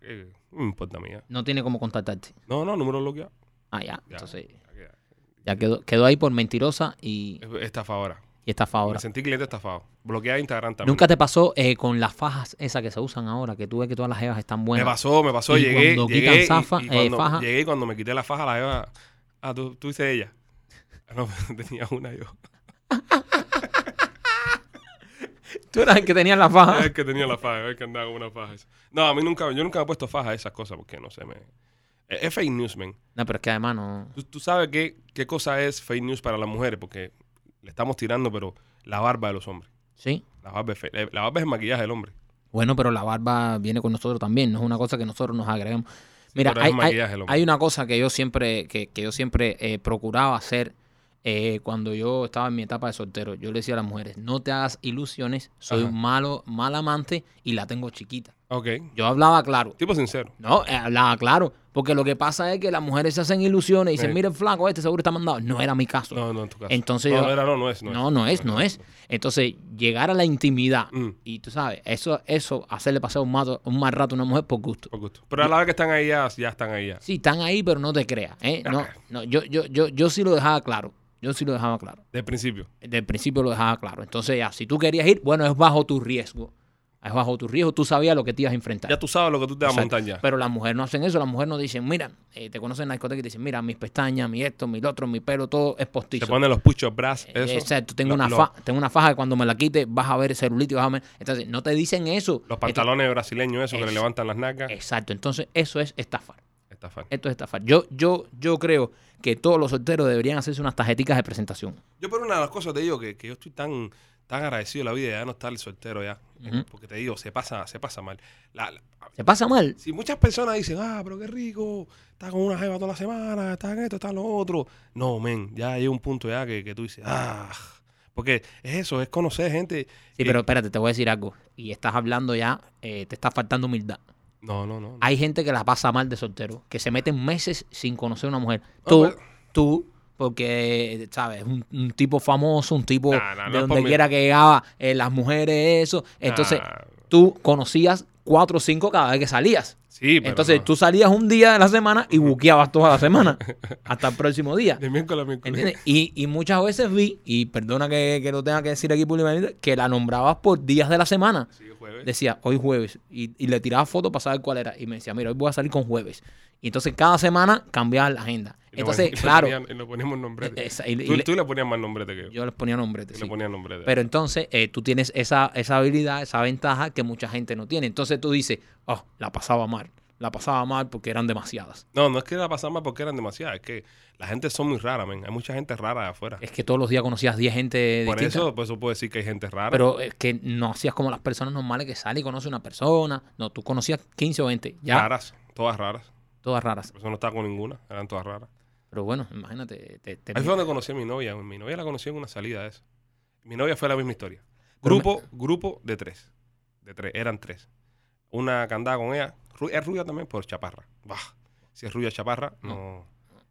Speaker 1: Eh, no me importa a mí ya.
Speaker 2: no tiene cómo contactarte.
Speaker 1: No, no, número bloqueado.
Speaker 2: Ah, ya.
Speaker 1: Ya.
Speaker 2: Entonces,
Speaker 1: Ya queda.
Speaker 2: ya quedó, quedó ahí por mentirosa y,
Speaker 1: Es- Estafa ahora.
Speaker 2: y estafadora.
Speaker 1: Me sentí cliente estafado. Bloqueada Instagram también.
Speaker 2: ¿Nunca te pasó eh, con las fajas esas que se usan ahora? Que tú ves que todas las jevas están
Speaker 1: Me
Speaker 2: buenas.
Speaker 1: pasó, me pasó.
Speaker 2: Y
Speaker 1: llegué,
Speaker 2: cuando
Speaker 1: llegué,
Speaker 2: quitan
Speaker 1: y-
Speaker 2: zafa-
Speaker 1: y
Speaker 2: eh,
Speaker 1: cuando
Speaker 2: faja.
Speaker 1: llegué y cuando me quité la faja, la Eva... Ah, tú, tú hiciste ella. No, tenía una yo.
Speaker 2: Tú eras el que tenía las fajas.
Speaker 1: Es que tenía la faja, es que andaba con una faja. esa. No, a mí nunca, yo nunca me he puesto faja a esas cosas porque no sé, me... e-, Es es fake news, man.
Speaker 2: No, pero es que además no.
Speaker 1: ¿Tú, tú sabes qué, qué cosa es fake news para las mujeres porque le estamos tirando, pero la barba de los hombres.
Speaker 2: Sí.
Speaker 1: La barba es, fe- eh, la barba es el maquillaje del hombre.
Speaker 2: Bueno, pero la barba viene con nosotros también, no es una cosa que nosotros nos agregamos. Mira,
Speaker 1: pero es
Speaker 2: hay,
Speaker 1: un
Speaker 2: hay-
Speaker 1: maquillaje, el hombre.
Speaker 2: hay una cosa que yo siempre, que, que yo siempre eh, procuraba hacer eh, cuando yo estaba en mi etapa de soltero. Yo le decía a las mujeres, no te hagas ilusiones, soy
Speaker 1: Ajá.
Speaker 2: un malo, mal amante y la tengo chiquita.
Speaker 1: Ok.
Speaker 2: Yo hablaba claro.
Speaker 1: Tipo sincero.
Speaker 2: No, eh, hablaba claro. Porque lo que pasa es que las mujeres se hacen ilusiones y dicen,
Speaker 1: Sí.
Speaker 2: mira el flaco, este seguro está mandado. No era mi caso.
Speaker 1: No, no, en tu caso.
Speaker 2: Entonces
Speaker 1: no,
Speaker 2: yo-
Speaker 1: no era, no, no es.
Speaker 2: No, no es, no es. Entonces, llegar a la intimidad
Speaker 1: Mm.
Speaker 2: y tú sabes, eso, eso, hacerle pasar un, mato- un mal rato a una mujer por gusto.
Speaker 1: Por gusto. Pero a la vez que están ahí ya, ya están ahí ya.
Speaker 2: Sí, están ahí, pero no te creas. ¿eh? No,
Speaker 1: Ah.
Speaker 2: no, yo, yo, yo, yo sí lo dejaba claro. Yo sí lo dejaba claro.
Speaker 1: Desde el principio.
Speaker 2: Desde el principio lo dejaba claro. Entonces, ya, si tú querías ir, bueno, es bajo tu riesgo. Es bajo tu riesgo, tú sabías lo que te ibas a enfrentar.
Speaker 1: Ya tú sabes lo que tú te vas a
Speaker 2: Exacto.
Speaker 1: montar ya.
Speaker 2: Pero las mujeres no hacen eso, las mujeres no dicen, mira, eh, te conocen en la discoteca y te dicen, mira, mis pestañas, mi esto, mi lo otro, mi pelo, todo es
Speaker 1: Se
Speaker 2: postizo.
Speaker 1: ponen los push-up brass, eso.
Speaker 2: Eh, Exacto, tengo,
Speaker 1: Lo-
Speaker 2: una
Speaker 1: lo-
Speaker 2: fa- tengo una faja que cuando me la quite vas a ver celulitis, vas a ver... Entonces, no te dicen eso.
Speaker 1: Los pantalones brasileños, eso, que
Speaker 2: Es-
Speaker 1: le levantan las nalgas.
Speaker 2: Entonces- exacto, entonces eso es estafar.
Speaker 1: Está fan.
Speaker 2: Esto es estafar. Yo, yo, yo creo que todos los solteros deberían hacerse unas tarjeticas de presentación.
Speaker 1: Yo por una de las cosas te digo que, que yo estoy tan, tan agradecido de la vida de ya no estar soltero ya.
Speaker 2: Ujú.
Speaker 1: Porque te digo, se pasa, se pasa mal. La- la-
Speaker 2: ¿Se pasa mal?
Speaker 1: si muchas personas dicen, ah, pero qué rico, está con una jeva toda la semana, está en esto, está en lo otro. No, men, ya llega un punto ya que, que tú dices, ah. Porque es eso, es conocer gente.
Speaker 2: Sí,
Speaker 1: que-
Speaker 2: pero espérate, te voy a decir algo. Y estás hablando ya, eh, te está faltando humildad.
Speaker 1: No, no, no. no.
Speaker 2: Hay gente que la pasa mal de soltero, que se meten meses sin conocer a una mujer.
Speaker 1: No,
Speaker 2: Tú,
Speaker 1: pero-
Speaker 2: tú, porque, ¿sabes? Un, un tipo famoso, un tipo
Speaker 1: Nah, nah, no
Speaker 2: de
Speaker 1: es por
Speaker 2: donde
Speaker 1: mí.
Speaker 2: quiera que llegaba, eh, las mujeres, eso. Entonces,
Speaker 1: Ah,
Speaker 2: tú conocías cuatro o cinco cada vez que salías.
Speaker 1: sí, pero
Speaker 2: Entonces,
Speaker 1: no.
Speaker 2: tú salías un día de la semana y buqueabas toda la semana hasta el próximo día.
Speaker 1: De miércoles a miércoles.
Speaker 2: ¿Entiendes? Y, y muchas veces vi, y perdona que, que lo tenga que decir aquí públicamente, que la nombrabas por días de la semana.
Speaker 1: Sí, jueves.
Speaker 2: Decía, hoy jueves. Y, y le tiraba fotos para saber cuál era. Y me decía, mira, hoy voy a salir con jueves. Y entonces cada semana cambiaba la agenda.
Speaker 1: Y le
Speaker 2: Entonces,
Speaker 1: ponían-
Speaker 2: claro. e, Eh,
Speaker 1: Y le poníamos nombrete.
Speaker 2: esa- y- y
Speaker 1: tú,
Speaker 2: le-
Speaker 1: tú le ponías más nombrete que yo.
Speaker 2: yo les ponía nombre.
Speaker 1: Yo
Speaker 2: sí.
Speaker 1: le ponía nombrete.
Speaker 2: Pero entonces eh, tú tienes esa, esa habilidad, esa ventaja que mucha gente no tiene. Entonces tú dices, oh, la pasaba mal. La pasaba mal porque eran demasiadas.
Speaker 1: No, no es que la pasamos porque eran demasiadas. Es que la gente son muy rara, men. Hay mucha gente rara de afuera.
Speaker 2: Es que todos los días conocías 10 gente
Speaker 1: Por
Speaker 2: distinta.
Speaker 1: eso, por eso puedo decir que hay gente rara.
Speaker 2: Pero es que no hacías como las personas normales que sale y conoce una persona. No, tú conocías 15 o 20. Ya,
Speaker 1: Raras. Todas raras.
Speaker 2: todas raras.
Speaker 1: Por eso no estaba con ninguna. Eran todas raras.
Speaker 2: Pero bueno, imagínate. te- te-
Speaker 1: Ahí fue donde conocí a mi novia. Mi novia la conocí en una salida de esa. Mi novia fue la misma historia.
Speaker 2: Pero me-
Speaker 1: Grupo, grupo de tres. De tres. Eran tres. Una que andaba con ella. ru- Es rubia también por chaparra. Bah. Si es rubia chaparra, no.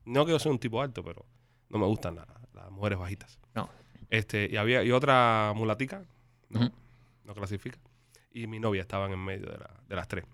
Speaker 1: No que yo sea un tipo alto, pero no me gustan la- las mujeres bajitas.
Speaker 2: No.
Speaker 1: Este, y había, y otra mulatica, no,
Speaker 2: Ujú.
Speaker 1: no clasifica. Y mi novia estaban en medio de, la- de las tres.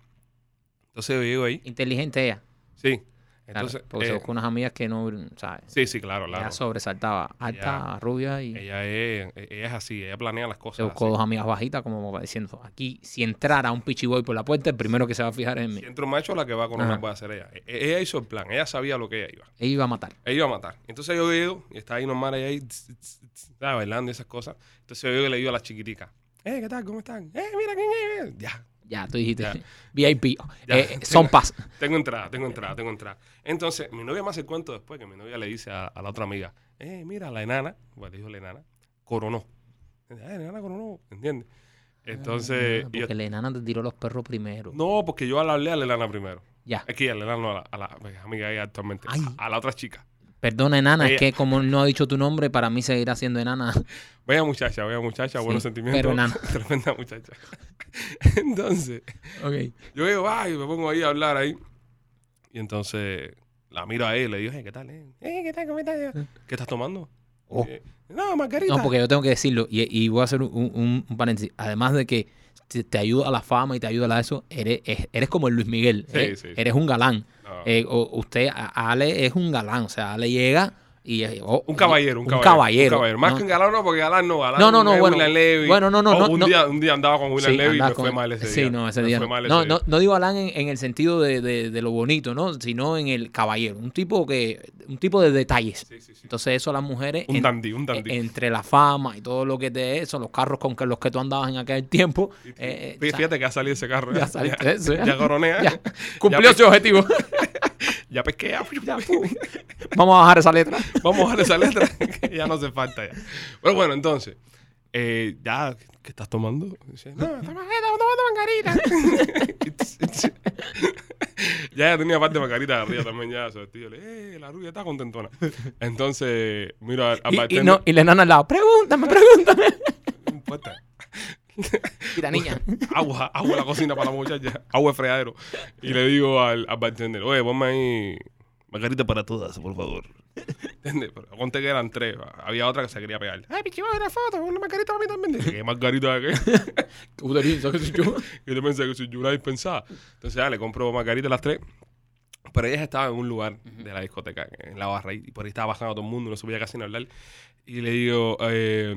Speaker 1: Entonces yo llego ahí.
Speaker 2: Inteligente ella.
Speaker 1: Sí.
Speaker 2: Claro,
Speaker 1: Entonces,
Speaker 2: porque se
Speaker 1: eh,
Speaker 2: buscó unas amigas que no, ¿sabes?
Speaker 1: sí, sí, claro,
Speaker 2: Ella
Speaker 1: claro.
Speaker 2: sobresaltaba. Alta, rubia y
Speaker 1: Ella es, e, ella es así, ella planea las
Speaker 2: se
Speaker 1: cosas.
Speaker 2: buscó
Speaker 1: así.
Speaker 2: dos amigas bajitas como diciendo, aquí si entrara un pichiboy por la puerta, el primero que se va a fijar es en mí.
Speaker 1: Si entra un macho, la que va con una
Speaker 2: Ajá.
Speaker 1: va a ser ella. E- Ella hizo el plan, ella sabía lo que ella iba.
Speaker 2: Ella iba a matar.
Speaker 1: Ella iba a matar. Entonces yo veo, y está ahí normal, ella ahí, tss, tss, tss, estaba bailando y esas cosas. Entonces yo veo que le digo a la chiquitica, eh, ¿qué tal? ¿Cómo están? Eh, mira quién es. Ya,
Speaker 2: Ya, tú dijiste.
Speaker 1: Ya.
Speaker 2: VIP.
Speaker 1: Ya.
Speaker 2: Eh, son Pass.
Speaker 1: Tengo entrada, tengo entrada, tengo entrada. Entonces, mi novia me hace el cuento después que mi novia le dice a, a la otra amiga, eh, mira, la enana, bueno, le dijo la enana, coronó. Ah, la enana coronó, ¿entiendes? Entonces,
Speaker 2: Ah,
Speaker 1: y yo-
Speaker 2: porque la enana te tiró los perros primero.
Speaker 1: no, porque yo le hablé a la enana primero.
Speaker 2: Ya.
Speaker 1: Aquí a la enana, no, a la, a la- pues, amiga ella actualmente,
Speaker 2: Ay.
Speaker 1: a, a la otra chica.
Speaker 2: Perdona, enana,
Speaker 1: Ella-
Speaker 2: es que como no ha dicho tu nombre, para mí seguirá siendo enana.
Speaker 1: Vaya muchacha, vaya muchacha,
Speaker 2: Sí,
Speaker 1: buenos sentimientos.
Speaker 2: pero enana.
Speaker 1: Tremenda muchacha. Entonces,
Speaker 2: ok.
Speaker 1: Yo digo, ay, me pongo ahí a hablar ahí. Y entonces la miro a él y le digo, "Eh, ¿qué tal? Eh? Eh, ¿Qué tal? ¿Cómo estás? ¿Qué estás tomando?
Speaker 2: Oh.
Speaker 1: Eh, no, margarita.
Speaker 2: No, porque yo tengo que decirlo, y, y voy a hacer un, un- un paréntesis. Además de que te, te ayuda a la fama y te ayuda a la eso, eres, es- eres como el Luis Miguel.
Speaker 1: Sí,
Speaker 2: eres,
Speaker 1: sí, sí.
Speaker 2: eres un galán.
Speaker 1: No.
Speaker 2: Eh, o- usted, a- Ale es un galán. O sea, Ale llega y es. oh,
Speaker 1: un caballero, un
Speaker 2: un
Speaker 1: caballero.
Speaker 2: caballero.
Speaker 1: un Más
Speaker 2: No.
Speaker 1: que un galán, no, porque galán no. Galán
Speaker 2: No, no, no,
Speaker 1: es
Speaker 2: bueno.
Speaker 1: William Levy.
Speaker 2: Bueno, no, no,
Speaker 1: Oh,
Speaker 2: no,
Speaker 1: un,
Speaker 2: no.
Speaker 1: Día, un día andaba con William
Speaker 2: Sí,
Speaker 1: Levy y
Speaker 2: andaba
Speaker 1: me
Speaker 2: con-
Speaker 1: fue mal ese
Speaker 2: sí,
Speaker 1: día.
Speaker 2: no, ese
Speaker 1: Me
Speaker 2: día
Speaker 1: fue
Speaker 2: no.
Speaker 1: mal ese
Speaker 2: no,
Speaker 1: día.
Speaker 2: no- no digo Alan en, en el sentido de, de- de lo bonito, ¿no? Sino en el caballero. Un tipo que, un tipo de detalles.
Speaker 1: Sí, sí, sí.
Speaker 2: Entonces eso a las mujeres
Speaker 1: un
Speaker 2: en-
Speaker 1: dandí, un dandí.
Speaker 2: e- entre la fama y todo lo que te eso, los carros con que los que tú andabas en aquel tiempo.
Speaker 1: Sí, sí.
Speaker 2: eh,
Speaker 1: Fí- Fíjate que ha salido ese carro. ¿eh?
Speaker 2: Ya saliste de eso,
Speaker 1: Ya,
Speaker 2: ya.
Speaker 1: ya coronea.
Speaker 2: Ya.
Speaker 1: Ya,
Speaker 2: Cumplió
Speaker 1: pe-
Speaker 2: su objetivo.
Speaker 1: pesqué. ya.
Speaker 2: Vamos a bajar esa letra.
Speaker 1: Vamos a bajar esa letra, que ya no hace falta ya. Pero bueno, entonces, eh, ya, ¿qué estás tomando? Dice, no, estamos tomando margarita. ya ella tenía parte de margarita arriba también, ya, su vestido. Le, eh, la rubia está contentona. Entonces, miro al, al
Speaker 2: Y, y
Speaker 1: bartender.
Speaker 2: no, y la enana al lado, pregúntame, pregúntame.
Speaker 1: No importa.
Speaker 2: Y la niña.
Speaker 1: Agua, agua en la cocina para la muchacha, agua de fregadero. Y le digo al, al bartender, oye, ponme ahí margarita para todas, por favor. ¿Entiendes? Pero conté que eran tres. Había otra que se quería pegar. Ay, pichi, una foto, una margarita para mí también. Dije, ¿qué margarita de qué? Yo te pensé que soy yo una dispensada. Entonces, ya, le compro margarita a las tres. Pero ella estaba en un lugar de la discoteca, en la barra, y por ahí estaba bajando todo el mundo, no se podía casi ni hablar. Y le digo, eh,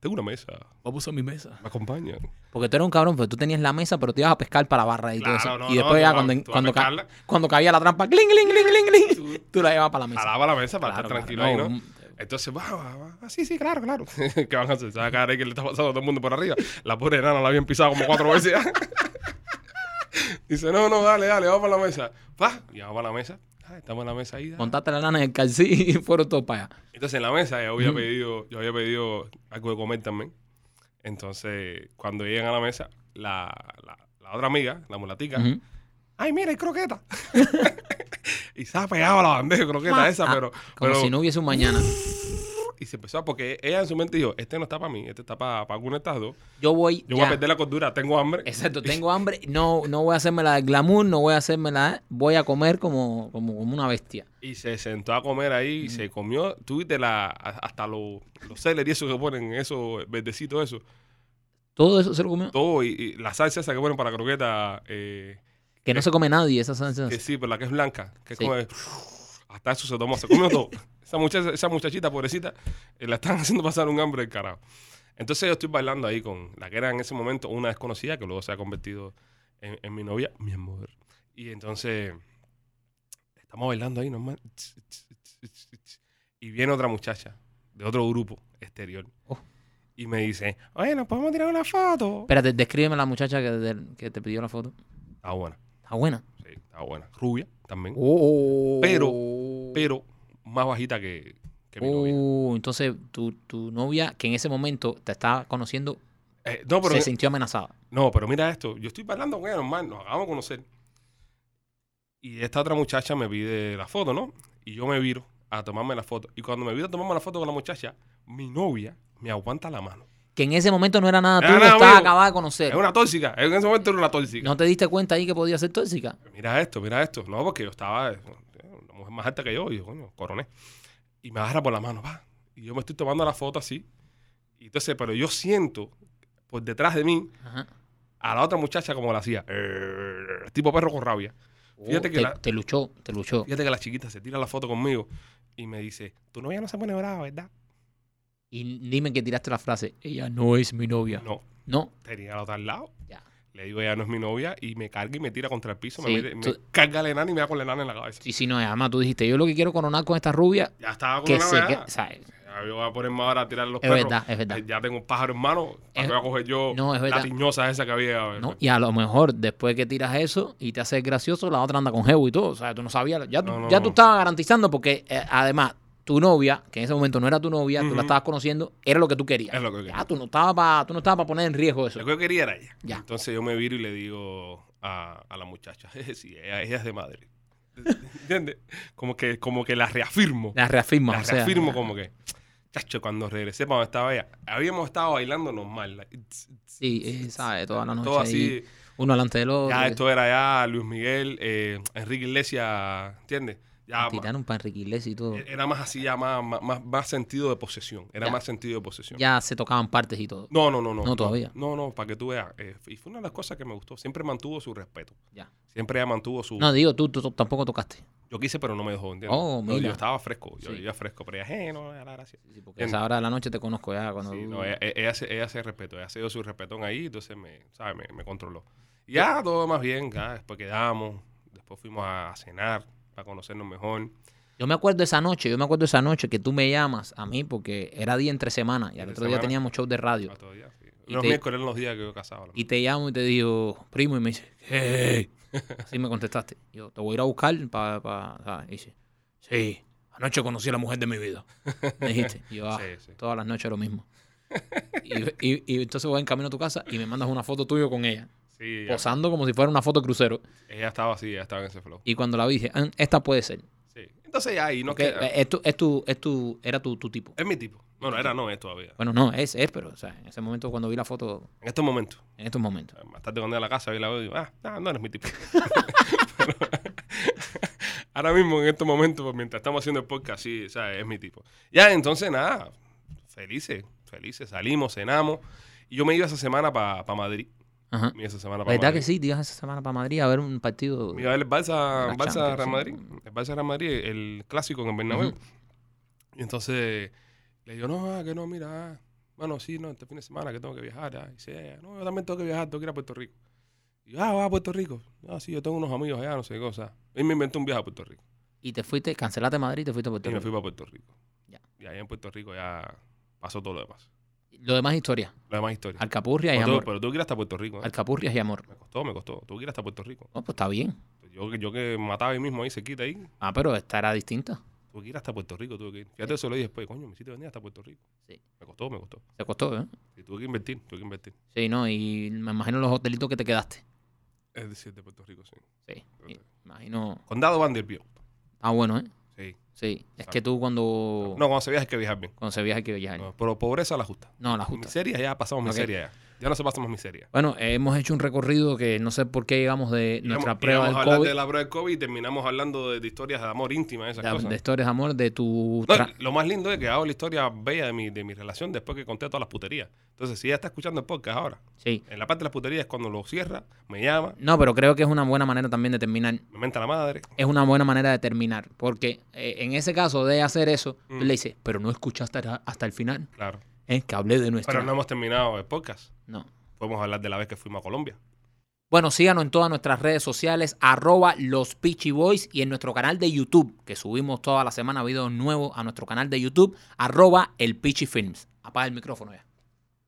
Speaker 1: tengo una mesa,
Speaker 2: Vamos a mi mesa.
Speaker 1: ¿me acompañan?
Speaker 2: Porque tú eras un cabrón, pero tú tenías la mesa, pero te ibas a pescar para la barra y todo
Speaker 1: Claro,
Speaker 2: eso.
Speaker 1: no,
Speaker 2: y
Speaker 1: no,
Speaker 2: después
Speaker 1: tú
Speaker 2: ya
Speaker 1: vas-
Speaker 2: cuando,
Speaker 1: tú vas a
Speaker 2: cuando, ca-
Speaker 1: pescarla.
Speaker 2: cuando cabía la trampa, cling, cling, cling, cling, cling, tú la llevas para la mesa.
Speaker 1: Jalaba la mesa para
Speaker 2: Claro,
Speaker 1: estar tranquilo
Speaker 2: claro,
Speaker 1: ahí,
Speaker 2: no,
Speaker 1: ¿no? Entonces, va, va, va. Ah, sí, sí, claro, claro. ¿Qué van a hacer? Se va a caer ahí que le está pasando a todo el mundo por arriba. La pobre enana la habían pisado como cuatro veces ya. Dice, no, no, dale, dale, vamos para la mesa. Va, y vamos para la mesa. Ah, estamos en la mesa ahí. ah.
Speaker 2: Montaste la lana en el calcí y fueron todos para allá.
Speaker 1: Entonces, en la mesa yo había, pedido, yo había pedido algo de comer también. Entonces, cuando llegan a la mesa, la, la, la otra amiga, la mulatica,
Speaker 2: Ujú.
Speaker 1: ¡ay, mira, hay croqueta! y se ha pegado a la bandeja de croqueta
Speaker 2: Ah,
Speaker 1: esa,
Speaker 2: ah,
Speaker 1: pero...
Speaker 2: Como
Speaker 1: pero-
Speaker 2: si no hubiese un mañana.
Speaker 1: Y se empezó a, porque ella en su mente dijo, este no está para mí, este está para, para alguna de estas dos.
Speaker 2: Yo voy.
Speaker 1: Yo voy
Speaker 2: ya.
Speaker 1: a perder la cordura, tengo hambre.
Speaker 2: Exacto, tengo hambre, no, no voy a hacerme la del glamour, no voy a hacerme la, voy a comer como, como, como una bestia.
Speaker 1: Y se sentó a comer ahí, y se comió, tú viste la, a- hasta los, los celery esos que ponen, esos verdecitos, eso.
Speaker 2: Todo eso se lo comió.
Speaker 1: Todo, y, y la salsa esa que ponen para la croqueta, eh,
Speaker 2: Que no se come nadie esa salsa.
Speaker 1: que sí, pero la que es blanca, que es
Speaker 2: Sí.
Speaker 1: como de- hasta eso se tomó, se comió todo. Esa, muchacha, esa muchachita pobrecita, eh, la están haciendo pasar un hambre del carajo. Entonces yo estoy bailando ahí con la que era en ese momento una desconocida, que luego se ha convertido en, en mi novia, mi amor. Y entonces estamos bailando ahí normal. Y viene otra muchacha de otro grupo exterior.
Speaker 2: Oh.
Speaker 1: Y me dice, oye, ¿nos podemos tirar una foto?
Speaker 2: Espérate, descríbeme a la muchacha que, te- que te pidió la foto.
Speaker 1: Está buena,
Speaker 2: Está buena.
Speaker 1: sí, está buena. Rubia también,
Speaker 2: Pero,
Speaker 1: Oh. pero más bajita que, que mi novia.
Speaker 2: Oh, entonces tu, tu novia, que en ese momento te estaba conociendo,
Speaker 1: Eh, no, pero
Speaker 2: se sintió amenazada.
Speaker 1: No, pero mira esto. Yo estoy bailando con ella normal, nos acabamos de conocer. Y esta otra muchacha me pide la foto, ¿no? Y yo me viro a tomarme la foto. Y cuando me viro a tomarme la foto con la muchacha, mi novia me aguanta la mano.
Speaker 2: Que en ese momento no era nada
Speaker 1: Era
Speaker 2: tuyo,
Speaker 1: nada
Speaker 2: estaba
Speaker 1: mío.
Speaker 2: acabada de conocer.
Speaker 1: Es una tóxica. En ese momento era una tóxica.
Speaker 2: ¿No te diste cuenta ahí que podía ser tóxica?
Speaker 1: Mira esto, mira esto. No, porque yo estaba eh, una mujer más alta que yo. Y yo, coño, coroné. Y me agarra por la mano, va. Y yo me estoy tomando la foto así. Y entonces, pero yo siento por detrás de mí
Speaker 2: Ajá.
Speaker 1: a la otra muchacha como la hacía. "Err", tipo perro con rabia. Fíjate
Speaker 2: Oh,
Speaker 1: que
Speaker 2: te,
Speaker 1: la-
Speaker 2: te luchó, te luchó.
Speaker 1: Fíjate que la chiquita se tira la foto conmigo y me dice, tu novia no se pone brava, ¿verdad?
Speaker 2: Y dime que tiraste la frase, ella no es mi novia.
Speaker 1: No,
Speaker 2: No,
Speaker 1: tenía la otra al lado.
Speaker 2: ya.
Speaker 1: Le digo, ella no es mi novia y me carga y me tira contra el piso,
Speaker 2: Sí,
Speaker 1: me, mete- me
Speaker 2: tú-
Speaker 1: carga la enana y me da con la enana en la cabeza.
Speaker 2: Sí, sí, no, además tú dijiste, yo lo que quiero coronar con esta rubia,
Speaker 1: Ya estaba con
Speaker 2: que
Speaker 1: la
Speaker 2: se...
Speaker 1: enana.
Speaker 2: que- o sea,
Speaker 1: Ya ah, yo voy a ponerme ahora a tirar los
Speaker 2: Es
Speaker 1: perros.
Speaker 2: verdad, es verdad.
Speaker 1: Eh, Ya tengo un pájaro en mano. ¿Para
Speaker 2: Es-
Speaker 1: qué voy a coger yo
Speaker 2: No, es
Speaker 1: la
Speaker 2: verdad.
Speaker 1: tiñosa esa que había?
Speaker 2: ¿no? Y a lo mejor después que tiras eso y te haces gracioso, la otra anda con Jevo y todo. O sea, tú no sabías. Ya, tú-
Speaker 1: No, no,
Speaker 2: ya
Speaker 1: no.
Speaker 2: tú estabas garantizando porque eh, además tu novia, que en ese momento no era tu novia, tú
Speaker 1: Ujú.
Speaker 2: la estabas conociendo, era lo que tú querías.
Speaker 1: Es lo que yo quería.
Speaker 2: Ya, tú no estabas para no estabas pa poner en riesgo eso.
Speaker 1: Lo que yo quería era ella.
Speaker 2: Ya.
Speaker 1: Entonces yo me viro y le digo a, a la muchacha, sí, ella, ella es de madre. ¿Entiendes? Como que, como que la reafirmo.
Speaker 2: La reafirma.
Speaker 1: La
Speaker 2: o sea,
Speaker 1: reafirmo como que. Chacho, cuando regresé para donde estaba ella, habíamos estado bailando normal. like, it's- it's-
Speaker 2: Sí, eh, ¿sabes? Toda la noche.
Speaker 1: todo
Speaker 2: ahí,
Speaker 1: así.
Speaker 2: uno delante del otro. eh,
Speaker 1: Ya esto era ya Luis Miguel, eh, Enrique Iglesias, ¿entiendes?
Speaker 2: Ah,
Speaker 1: Ya eh, ma- e,
Speaker 2: Titaron para Enrique Iglesias y todo.
Speaker 1: era más así, ya más, más- más, más sentido de posesión. Era
Speaker 2: Ya.
Speaker 1: más sentido de posesión.
Speaker 2: Ya se tocaban partes y todo.
Speaker 1: No, no, no, no.
Speaker 2: No, todavía.
Speaker 1: No, no, para que tú veas. eh, y fue una de las cosas que me gustó. Siempre mantuvo su respeto.
Speaker 2: Ya.
Speaker 1: Siempre ella mantuvo su.
Speaker 2: No, digo, tú, tú tampoco tocaste.
Speaker 1: Yo quise, pero no me dejó, ¿entiendes?
Speaker 2: Oh,
Speaker 1: No,
Speaker 2: mira.
Speaker 1: Yo estaba fresco. Yo
Speaker 2: Sí.
Speaker 1: iba fresco, pero ella, "Eh, no, a la gracia.
Speaker 2: Sí, porque a
Speaker 1: Entiendo.
Speaker 2: esa hora de la noche te conozco ya. Cuando
Speaker 1: Sí,
Speaker 2: tú-
Speaker 1: no, eh. ella, ella- ella se, ella se respetó, ella se dio su respetón ahí, entonces me, ¿sabes? Me, me controló. Y ya todo más bien, ya, después quedamos, después fuimos a cenar para conocernos mejor.
Speaker 2: Yo me acuerdo esa noche, yo me acuerdo esa noche que tú me llamas a mí porque era día entre semana y al
Speaker 1: Entre
Speaker 2: otro día
Speaker 1: semana.
Speaker 2: teníamos show de radio.
Speaker 1: Ah, todavía, sí.
Speaker 2: Y
Speaker 1: Los
Speaker 2: te-
Speaker 1: miércoles eran los días que yo casaba. la
Speaker 2: Y te llamo y te digo, primo, y me dice, hey. Así me contestaste. Yo, te voy a ir a buscar para... Y dice, sí, anoche conocí a la mujer de mi vida. Me dijiste. Y yo, ah,
Speaker 1: Sí, sí.
Speaker 2: todas las noches lo mismo. Y, y- y entonces voy en camino a tu casa y me mandas una foto tuya con ella,
Speaker 1: Sí, ella,
Speaker 2: posando como si fuera una foto crucero.
Speaker 1: ella estaba así, ella estaba en ese flow.
Speaker 2: Y cuando la vi, dije, "Ah, esta puede ser.
Speaker 1: Sí. Entonces ya ahí no
Speaker 2: Porque eh,
Speaker 1: queda-
Speaker 2: es tu- es tu- es tu- era tu, tu tipo.
Speaker 1: Es mi tipo. No,
Speaker 2: eh,
Speaker 1: no, era no es todavía.
Speaker 2: Bueno, no, es, es, pero o sea, en ese momento cuando vi la foto,
Speaker 1: En este estos momentos.
Speaker 2: en estos momentos.
Speaker 1: Más tarde cuando iba a la casa, vi la veo y digo, ah, no, no eres mi tipo. Pero- ahora mismo, en estos momentos, pues, mientras estamos haciendo el podcast, sí, ¿sabes? es mi tipo. Ya, entonces, nada, felices, felices. Salimos, cenamos. Y yo me iba esa semana para Madrid.
Speaker 2: Ajá.
Speaker 1: Me iba esa semana para
Speaker 2: ¿Verdad
Speaker 1: Madrid.
Speaker 2: que sí? Digas esa semana para Madrid a ver un partido.
Speaker 1: Me iba a ver el Barça,
Speaker 2: La
Speaker 1: Barça Real Madrid.
Speaker 2: Champions,
Speaker 1: El Barça Real Madrid, el clásico en el Bernabéu.
Speaker 2: Ujú.
Speaker 1: Y entonces le digo, no, ah, que no, mira, ah, bueno, sí, no, este fin de semana que tengo que viajar. ah". Y dice, ella, no, yo también tengo que viajar, tengo que ir a Puerto Rico. Y yo, ah, vas a Puerto Rico. Ah, sí, yo tengo unos amigos allá, no sé qué cosa. Y me inventé un viaje a Puerto Rico.
Speaker 2: Y te fuiste, cancelaste Madrid y te fuiste a Puerto
Speaker 1: Y me fui
Speaker 2: Rico.
Speaker 1: para Puerto Rico.
Speaker 2: Ya.
Speaker 1: Y allá en Puerto Rico ya pasó todo lo demás.
Speaker 2: Lo demás es historia.
Speaker 1: Lo demás es historia.
Speaker 2: Alcapurria y
Speaker 1: Pero tuve-
Speaker 2: amor.
Speaker 1: pero tuve que ir hasta Puerto Rico. ¿eh?
Speaker 2: Alcapurrias y amor.
Speaker 1: Me costó, me costó. Tuve que ir hasta Puerto Rico.
Speaker 2: No, pues está bien.
Speaker 1: Yo, yo que mataba ahí mismo, ahí se quita ahí.
Speaker 2: Ah, pero esta era distinta.
Speaker 1: Tuve que ir hasta Puerto Rico, tuve que ir. Fíjate, eso lo dije después. Coño, me hiciste venir hasta Puerto Rico.
Speaker 2: Sí.
Speaker 1: Me costó, me costó.
Speaker 2: Te costó, ¿eh?
Speaker 1: Y tuve que invertir, tuve que invertir.
Speaker 2: Sí, no, y me imagino los hotelitos que te quedaste.
Speaker 1: Es decir, de Puerto Rico, sí.
Speaker 2: Sí. Y me imagino.
Speaker 1: Condado Vanderbilt.
Speaker 2: Ah, bueno, ¿eh?
Speaker 1: Sí.
Speaker 2: Sí. Es que tú cuando.
Speaker 1: No, cuando se viaja hay que viajar bien.
Speaker 2: Cuando se viaja hay que viajar.
Speaker 1: No, pero pobreza la justa.
Speaker 2: No, la justa.
Speaker 1: Miseria ya pasamos
Speaker 2: Ok.
Speaker 1: miseria ya. Ya no se pasa más miseria.
Speaker 2: Bueno, hemos hecho un recorrido que no sé por qué llegamos de nuestra
Speaker 1: Íbamos-
Speaker 2: prueba
Speaker 1: íbamos
Speaker 2: del
Speaker 1: a hablar
Speaker 2: COVID.
Speaker 1: de la prueba del COVID y terminamos hablando de, de historias de amor íntima, esas
Speaker 2: de,
Speaker 1: cosas.
Speaker 2: de historias de amor, de tu...
Speaker 1: No,
Speaker 2: tra-
Speaker 1: lo más lindo es que hago la historia bella de mi, de mi relación después que conté todas las puterías. Entonces, si ella está escuchando el podcast ahora,
Speaker 2: sí.
Speaker 1: en la parte de las puterías es cuando lo cierra, me llama,
Speaker 2: No, pero creo que es una buena manera también de terminar.
Speaker 1: me menta la madre.
Speaker 2: Es una buena manera de terminar. Porque eh, en ese caso de hacer eso, tú
Speaker 1: Mm.
Speaker 2: le dices, pero no escuchaste hasta, hasta el final,
Speaker 1: Claro.
Speaker 2: ¿eh? que hablé de nuestra...
Speaker 1: Pero no hemos terminado el podcast.
Speaker 2: No.
Speaker 1: Podemos hablar de la vez que fuimos a Colombia.
Speaker 2: Bueno, síganos en todas nuestras redes sociales, arroba los Peachy Boys y en nuestro canal de YouTube, que subimos toda la semana videos nuevos a nuestro canal de YouTube, arroba el Peachy Films. Apaga el micrófono ya.